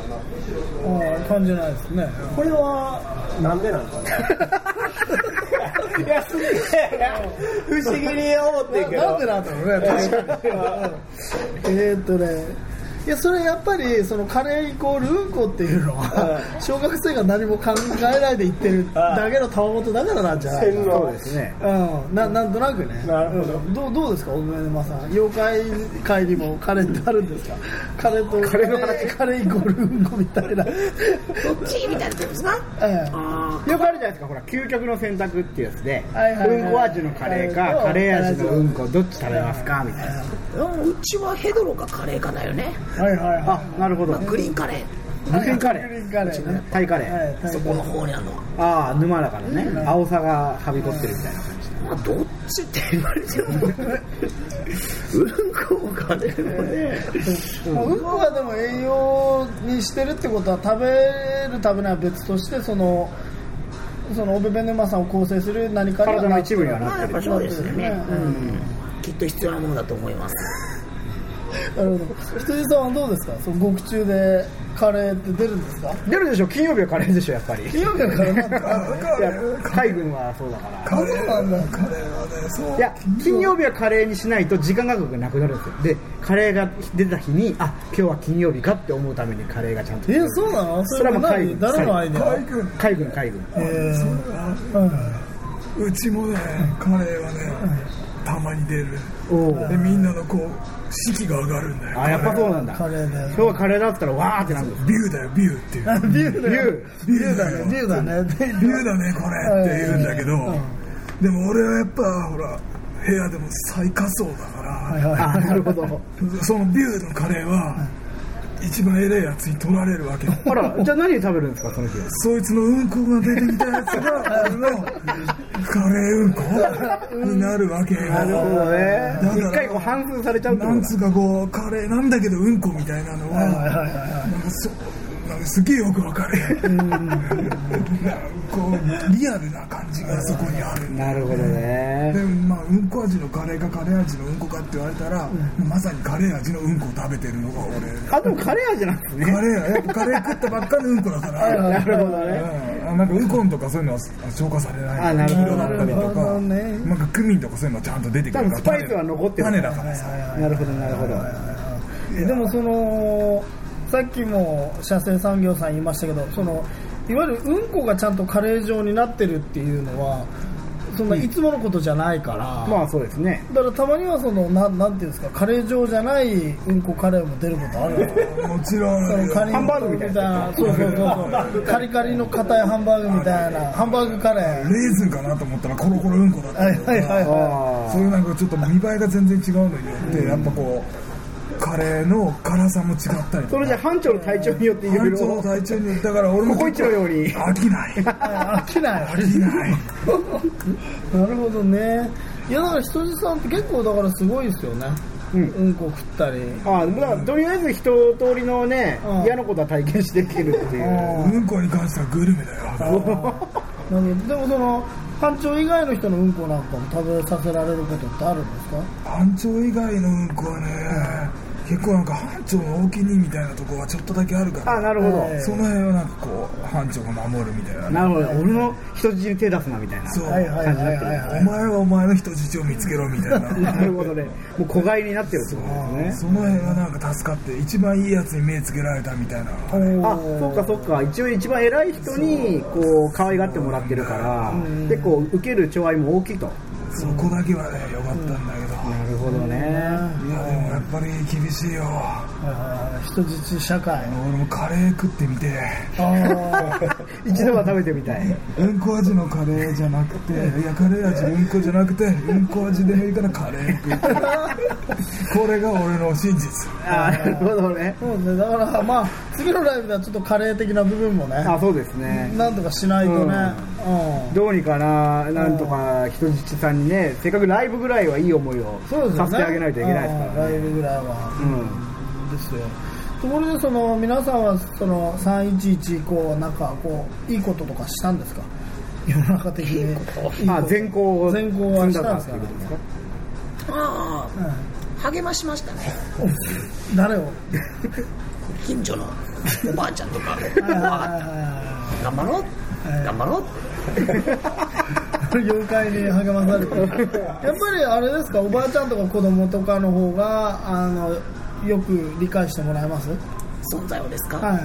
Speaker 5: な
Speaker 1: うん感じないですね
Speaker 5: これはなんでなんかないやすげえ不思議に思ってんけど
Speaker 1: なんでなんだろうね確かにえーっとねいやそれやっぱりそのカレーイコールうんこっていうのは小学生が何も考えないで言ってるだけのたわごとだからなんじゃない
Speaker 5: 天皇
Speaker 2: アですね
Speaker 1: うん、ななんとなくね
Speaker 5: なるほど
Speaker 1: うん、どうどうですか小宮山さん妖怪界にもカレーってあるんですかカレーとカレーの話カレーイコールうんこみたいな
Speaker 4: どっちみたいなことですな
Speaker 1: ええ
Speaker 4: あ
Speaker 2: よくあるじゃないですかほら究極の選択っていうやつで、
Speaker 1: はいはいはい
Speaker 2: うんこ味のカレー
Speaker 1: はい
Speaker 2: か
Speaker 1: はい
Speaker 2: カレー味のうんこどっち食べますかみたいな
Speaker 4: ーうちはヘドロかカレーかだよね、
Speaker 1: はいはい
Speaker 2: あ
Speaker 1: は
Speaker 2: なるほど
Speaker 4: まあ、
Speaker 2: グ
Speaker 4: グリーンカレー
Speaker 2: リーンカレ
Speaker 1: いグリーン
Speaker 2: ー
Speaker 1: カレーね
Speaker 2: タイカレー、
Speaker 1: はい
Speaker 4: そこの方にあるのは、
Speaker 2: ああ沼だからね、青さがはびこってるみたいな感じ、
Speaker 4: まあ、どっちって言われてもうんこもカレーもね
Speaker 1: もううんこはでも栄養にしてるってことは食べる食べないは別としてそのそのオベベヌマさんを構成する何かには
Speaker 2: 体の一部には
Speaker 4: まあ
Speaker 2: な
Speaker 4: や
Speaker 2: っ
Speaker 4: ってぱ
Speaker 2: る
Speaker 4: そうですよね、
Speaker 1: う
Speaker 4: うん、きっと必要なものだと思います
Speaker 1: なるほど羊さんはどうですかその獄中でカレーって出るんですか
Speaker 2: 出るでしょ金曜日はカレーでしょやっぱりい
Speaker 1: 金曜日はカレーなんだ
Speaker 2: や海軍はそうだから
Speaker 3: カレーなんだよカレーはねそう
Speaker 2: いや金曜日はカレーにしないと時間額がなくなるんですよでカレーが出た日にあ今日は金曜日かって思うためにカレーがちゃんと
Speaker 1: えそうなのそれは
Speaker 2: それはもう海
Speaker 1: 何
Speaker 2: 軍
Speaker 1: 誰のアイデア
Speaker 3: 海軍
Speaker 2: 海軍海軍
Speaker 1: え
Speaker 3: うちもねカレーはねたまに出る
Speaker 1: ー
Speaker 3: でみんなのこう士気が上がるんだよ
Speaker 2: あやっぱそうなんだ
Speaker 1: カレーだよ
Speaker 2: 今日はカレーだったらわーってなるんです
Speaker 3: ビューだよビューっていう
Speaker 1: ビューだよ
Speaker 3: ビューだよ
Speaker 1: ビューだね
Speaker 3: ビューだねこれって言うんだけど、でも俺はやっぱほら部屋でも最下層だから、
Speaker 1: はいはい
Speaker 2: あなるほど
Speaker 3: そのビューのカレーは一番偉いやつに取られるわけよ
Speaker 2: あ らじゃあ何食べるんですかその日は
Speaker 3: そいつのうんこが出てきたやつが俺のカレーうんこになるわけよ
Speaker 2: なるほどね
Speaker 3: だから
Speaker 2: 一回こう反芻されちゃうってこ
Speaker 3: な
Speaker 2: と
Speaker 3: ん
Speaker 2: だ
Speaker 3: つうかこうカレーなんだけどうんこみたいなのはなんかそうなんかすげえよくわかるこうリアルな感じがそこにあるんだ
Speaker 2: なるほどね
Speaker 3: でもまあうんこ味のカレーかカレー味のうんこかって言われたら、まさにカレー味のうんこを食べてるのが俺
Speaker 2: あでもカレー味なんですね
Speaker 3: カレーやっぱカレー食ったばっかりのうんこだから
Speaker 2: なるほどね
Speaker 3: うんあなんかウコンとかそういうのは消化されない
Speaker 2: あなるほど
Speaker 3: 黄色だったりと
Speaker 1: なるほ
Speaker 3: か
Speaker 1: どね
Speaker 3: なんかクミンとかそういうのはちゃんと出てくる
Speaker 2: 多分スパイスは残ってる
Speaker 3: 種だからさ
Speaker 2: なるほどなるほど
Speaker 1: でもそのさっきも社製産業さん言いましたけどそのいわゆるうんこがちゃんとカレー状になってるっていうのはそんないつものことじゃないから、
Speaker 2: まあそうですね
Speaker 1: だからたまにはそのななんていうんですかカレー状じゃないうんこカレーも出ることあるから
Speaker 3: もちろん
Speaker 1: そのカニ
Speaker 2: ハンバーグみたい
Speaker 1: なそうそうそうそう カリカリの硬いハンバーグみたいなハンバーグカレー
Speaker 3: レーズンかなと思ったらコロコロうんこだったりとか
Speaker 1: はいはいはい
Speaker 2: あ
Speaker 3: そういうなんかちょっと見栄えが全然違うのによってやっぱこうカレーの辛さも違ったり
Speaker 2: そ
Speaker 3: と
Speaker 2: れ
Speaker 3: か
Speaker 2: じゃ班長の体調によっていろい
Speaker 3: 班長
Speaker 2: ろ
Speaker 3: の体調によってだから俺も
Speaker 2: ココイチのよ うに
Speaker 3: 飽きない飽
Speaker 1: 飽きない
Speaker 3: きない
Speaker 1: なるほどねいやだから羊さんって結構だからすごいですよねうんんこ食ったり
Speaker 2: ああまあとりあえず一通りのね
Speaker 1: うん
Speaker 2: 嫌なことは体験していけるっていう
Speaker 3: うんこに関してはグルメだ
Speaker 1: な
Speaker 3: よ
Speaker 1: るほどでもその班長以外の人のうんこなんかも食べさせられることってあるんですか
Speaker 3: 班長以外のうんこはね結構なんか班長のお気に入りみたいなとこはちょっとだけあるか
Speaker 2: あ
Speaker 3: ら
Speaker 2: なるほど、
Speaker 1: え
Speaker 3: その辺はなんかこう班長が守るみたいな
Speaker 2: なるほど俺の人質に手出すなみたいな
Speaker 3: そう
Speaker 1: はいはいはいはいは
Speaker 3: お前はお前の人質を見つけろみたいな
Speaker 2: なるほどねもう子飼いになってるってことですね
Speaker 3: その辺はなんか助かって一番いいやつに目つけられたみたいな
Speaker 2: あそっかそっか一応一番偉い人にこう可愛がってもらってるから結構受ける寵愛も大きいと
Speaker 3: そこだけはね良かったんだけど、
Speaker 2: なるほどね
Speaker 3: いやでもやっぱり厳しいよ
Speaker 1: い人質社会
Speaker 3: 俺もカレー食ってみて
Speaker 2: 一度は食べてみたい
Speaker 3: うんこ味のカレーじゃなくていやカレー味うんこじゃなくてうんこ味でいいからカレー食うこれが俺の真実
Speaker 2: あなるほどね
Speaker 1: そうですねだからまあ次のライブではちょっとカレー的な部分もね
Speaker 2: あそうですね
Speaker 1: なんとかしないとねうん
Speaker 2: どうにかななんとか人質さんにねせっかくライブぐらいはいい思いを
Speaker 1: そうですよね
Speaker 2: させてあげないといけないですから
Speaker 1: うん
Speaker 2: ね
Speaker 1: ライブぐらいは
Speaker 2: うん
Speaker 1: ですよところでその皆さんはその311以降なんかこういいこととかしたんですか世の中的にいい
Speaker 2: あ全校を
Speaker 1: 全校はしたんですか
Speaker 2: 積んだっていうことですか
Speaker 4: ああ、励ましましたね
Speaker 1: 誰を
Speaker 4: 近所のおばあちゃんとかああ頑張ろう頑張ろう
Speaker 1: 妖怪に励まされて やっぱりあれですかおばあちゃんとか子供とかの方があのよく理解してもらえます
Speaker 4: 存在をですか、
Speaker 1: はい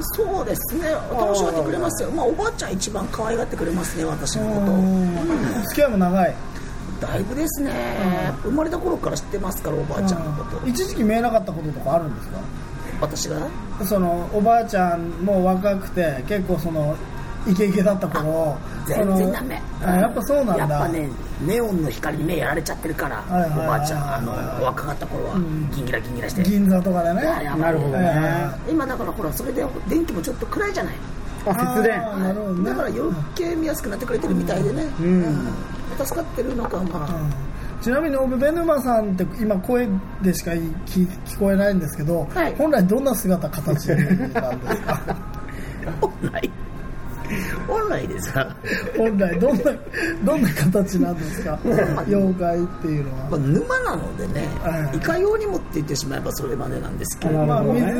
Speaker 4: そうですね教えてくれますよまあおばあちゃん一番可愛がってくれますね私のこ
Speaker 1: お付き合いも長い
Speaker 4: とだいぶですね生まれた頃から知ってますからおばあちゃんのこと
Speaker 1: 一時期見えなかったこととかあるんですか
Speaker 4: 私が
Speaker 1: そのおばあちゃんも若くて結構そのイケイケだった頃そ
Speaker 4: 全
Speaker 1: の
Speaker 4: 然ダメ
Speaker 1: あやっぱそうなんだ
Speaker 4: やっぱねネオンの光に目やられちゃってるからお
Speaker 1: いはいはい
Speaker 4: ばあちゃんあの若かった頃はギンギラギンギラして
Speaker 1: 銀座とかでね
Speaker 4: あれは
Speaker 2: なるほどね
Speaker 4: 今だからほらそれで電気もちょっと暗いじゃない
Speaker 2: あ節電
Speaker 1: あーなるほどね
Speaker 4: だから余計見やすくなってくれてるみたいでね、うん助かってるのかまあ、
Speaker 1: ちなみに僕ベヌマさんって今声でしか聞聞こえないんですけど、
Speaker 4: はい
Speaker 1: 本来どんな姿形なんですか
Speaker 4: 本来本来でさ、
Speaker 1: 本来どんなどんな形なんですか妖怪っていうのは
Speaker 4: まあ、沼なのでね、
Speaker 1: はい
Speaker 4: いかようにもって言ってしまえばそれまでなんですけど
Speaker 1: まあ
Speaker 2: なるほどね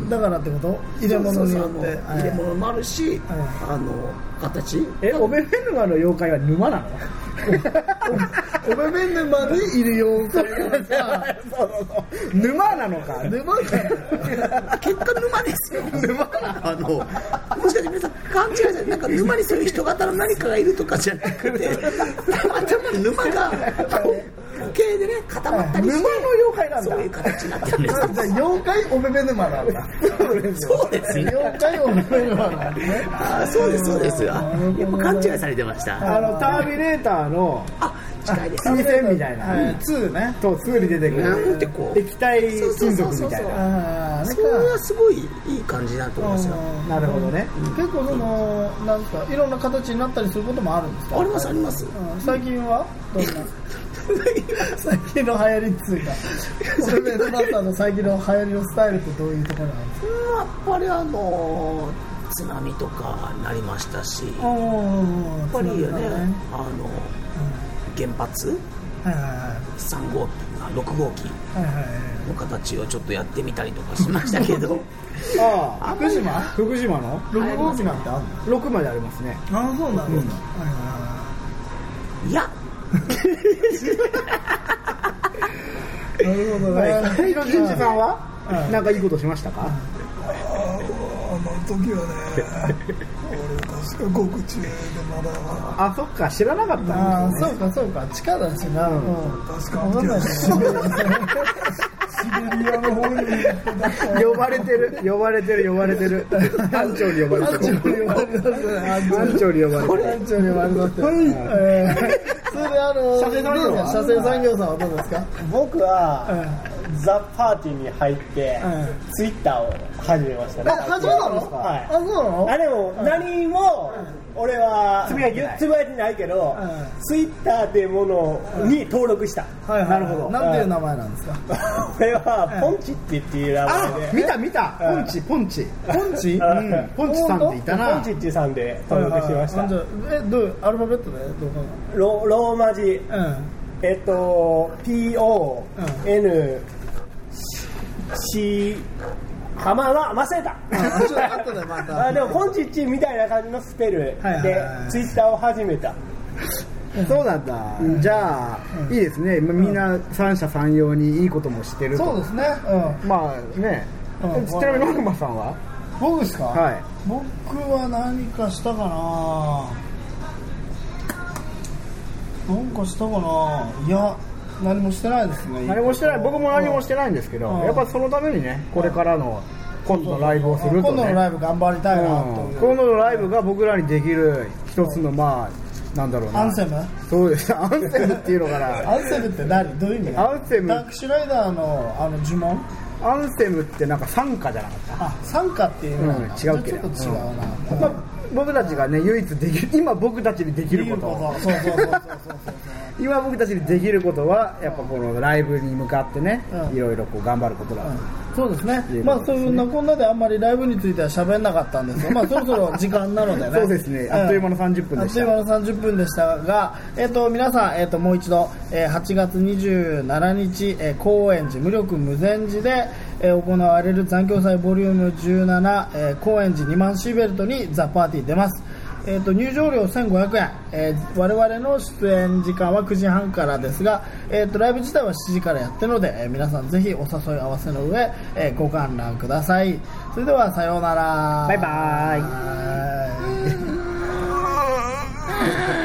Speaker 1: 水だからってこと入れ物によって
Speaker 4: そうそうそうあの入れ物もあるし、あの形
Speaker 2: えオベフェヌマの妖怪は沼なの
Speaker 1: おべベヌマにいる妖怪がさ
Speaker 2: 沼なのか
Speaker 1: 沼から
Speaker 4: 結果沼ですよ沼あのもしかして皆さん勘違いしてなんか沼にそういう人型の何かがいるとかじゃなくてたまたま沼があの系でね固まったりして
Speaker 2: 沼の妖怪なんだ
Speaker 4: そういう形になってるんです
Speaker 1: じゃあ妖怪おめめ沼なんだ
Speaker 6: そうですね。
Speaker 1: 妖怪おめめ沼なんだね
Speaker 6: あそうです、そうです。あやっぱ勘違いされてました。
Speaker 2: あのターミネーターの
Speaker 4: あ近いです
Speaker 2: 風船みたいな
Speaker 1: はい2ね
Speaker 2: とツーに出てく
Speaker 6: なんて
Speaker 2: る
Speaker 6: こう
Speaker 2: 液体金属みたいな
Speaker 1: ああ
Speaker 6: それはすごいいい感じだと思いますよ。
Speaker 2: なるほどね
Speaker 1: 結構そのなんですかいろんな形になったりすることもあるんですか
Speaker 4: ありますあります
Speaker 1: うん最近はどんな最近の流行りっつうかそれでトラスターの最近の流行りのスタイルってどういうところなんですか
Speaker 4: うんやっぱりあの津波とかなりましたしやっぱりねあの原発
Speaker 1: はいはいはい
Speaker 4: 3号機あ6号機
Speaker 1: はいはいはい
Speaker 4: の形をちょっとやってみたりとかしました けど
Speaker 2: ああ
Speaker 4: あんまり
Speaker 2: 福島の
Speaker 1: 6号機なんてあるの
Speaker 2: 6までありますね
Speaker 1: ああそうなんだ
Speaker 4: いや
Speaker 1: なるほどね
Speaker 2: はいのじんじさんはなんかいいことしましたか
Speaker 3: あの時はね俺確か獄中でまだ
Speaker 2: あそっか知らなかったん
Speaker 1: ああ
Speaker 2: ですね
Speaker 1: そうかそうか地下だしな
Speaker 2: うん
Speaker 1: うん
Speaker 3: 確かにシベリアの方に
Speaker 2: 呼ばれてる呼ばれてる呼ばれて る班長に呼ばれてる班長に呼ばれてる
Speaker 1: 班長に悪だってえーそれであの
Speaker 2: 車線産業は
Speaker 1: 車線産業さんはどうですか
Speaker 5: 僕は、ザ・パーティーに入って、
Speaker 1: う
Speaker 5: ツイッターを始めましたね。
Speaker 1: ああそうなの
Speaker 5: はい
Speaker 1: あそうなの
Speaker 5: あでも何も俺は
Speaker 2: つぶやいてない
Speaker 5: つぶやいてないけど、
Speaker 1: うん
Speaker 5: ツイッターっていうものに登録した、
Speaker 1: はい
Speaker 2: なるほど
Speaker 1: なんていう名前なんですか
Speaker 5: 俺はポンチってっていう名
Speaker 2: あ
Speaker 5: 前で、
Speaker 2: 見た見たポンチポンチ
Speaker 1: ポンチ
Speaker 2: うんポンチさんっていた
Speaker 5: ポ
Speaker 2: な
Speaker 5: ンチッチさんで登録しました、
Speaker 1: はいはいはいえどうアルファベットでどうか
Speaker 5: ロローマ字
Speaker 1: なうん
Speaker 5: えっと PON、C あまあまあ忘れた
Speaker 1: あちょっと後でまた
Speaker 5: あでもポンチッチみたいな感じのスペル
Speaker 1: はいはい
Speaker 5: で
Speaker 1: はい
Speaker 5: ツイッターを始めた
Speaker 2: そうなんだ、じゃあ、いいですね、まあみんな三者三様にいいこともしてると
Speaker 1: そうですねうん
Speaker 2: まあね、
Speaker 1: うん
Speaker 2: ちなみにマグマさんは、
Speaker 1: 僕ですか、
Speaker 2: はい
Speaker 1: 僕は何かしたかな何かしたかないや何もしてないですね
Speaker 2: 何もしてない、僕も何もしてないんですけど、
Speaker 1: うん
Speaker 2: やっぱそのためにね、これからの今度のライブをすると、ね、
Speaker 1: 今度のライブ頑張りたいなと
Speaker 2: うん
Speaker 1: いう、
Speaker 2: 今度のライブが僕らにできる一つの、まあ、なんだろうな、
Speaker 1: アンセム
Speaker 2: そうです、アンセムっていうのか
Speaker 1: ア
Speaker 2: な、
Speaker 1: ンセムって何どういう意味
Speaker 2: アンセム
Speaker 1: ダークシュライダーのあの呪文
Speaker 2: アンセムってなんか参加じゃなかった。
Speaker 1: あ参加っていうのは、
Speaker 2: うん違うけど
Speaker 1: ちょっと違うな、うん
Speaker 2: まあ、僕たちがね唯一できる今僕たちにできること
Speaker 1: そうそうそうそうそうそう
Speaker 2: 今僕たちにできることはやっぱこのライブに向かってね、
Speaker 1: うん
Speaker 2: いろいろこう頑張ることだ、
Speaker 1: そうですね
Speaker 2: い、う
Speaker 1: ま
Speaker 2: こ
Speaker 1: あ、
Speaker 2: と
Speaker 1: そんなこんなであんまりライブについては喋んなかったんですが、まあ、そろそろ時間なのでね、
Speaker 2: そうですねあっという間の30分でし
Speaker 1: あっと
Speaker 2: た
Speaker 1: いう間の30分でしたが、えっと皆さん、えっともう一度、えー8月27日、えー高円寺、無力無善寺で、えー行われる残響祭ボリューム17、えー高円寺2万シーベルトにザ・パーティー出ます。えー、と入場料1500円、えー我々の出演時間は9時半からですが、えー、とライブ自体は7時からやってるので、えー皆さんぜひお誘い合わせの上、えーご観覧くださいそれではさようなら
Speaker 2: バイバーイ
Speaker 1: バイ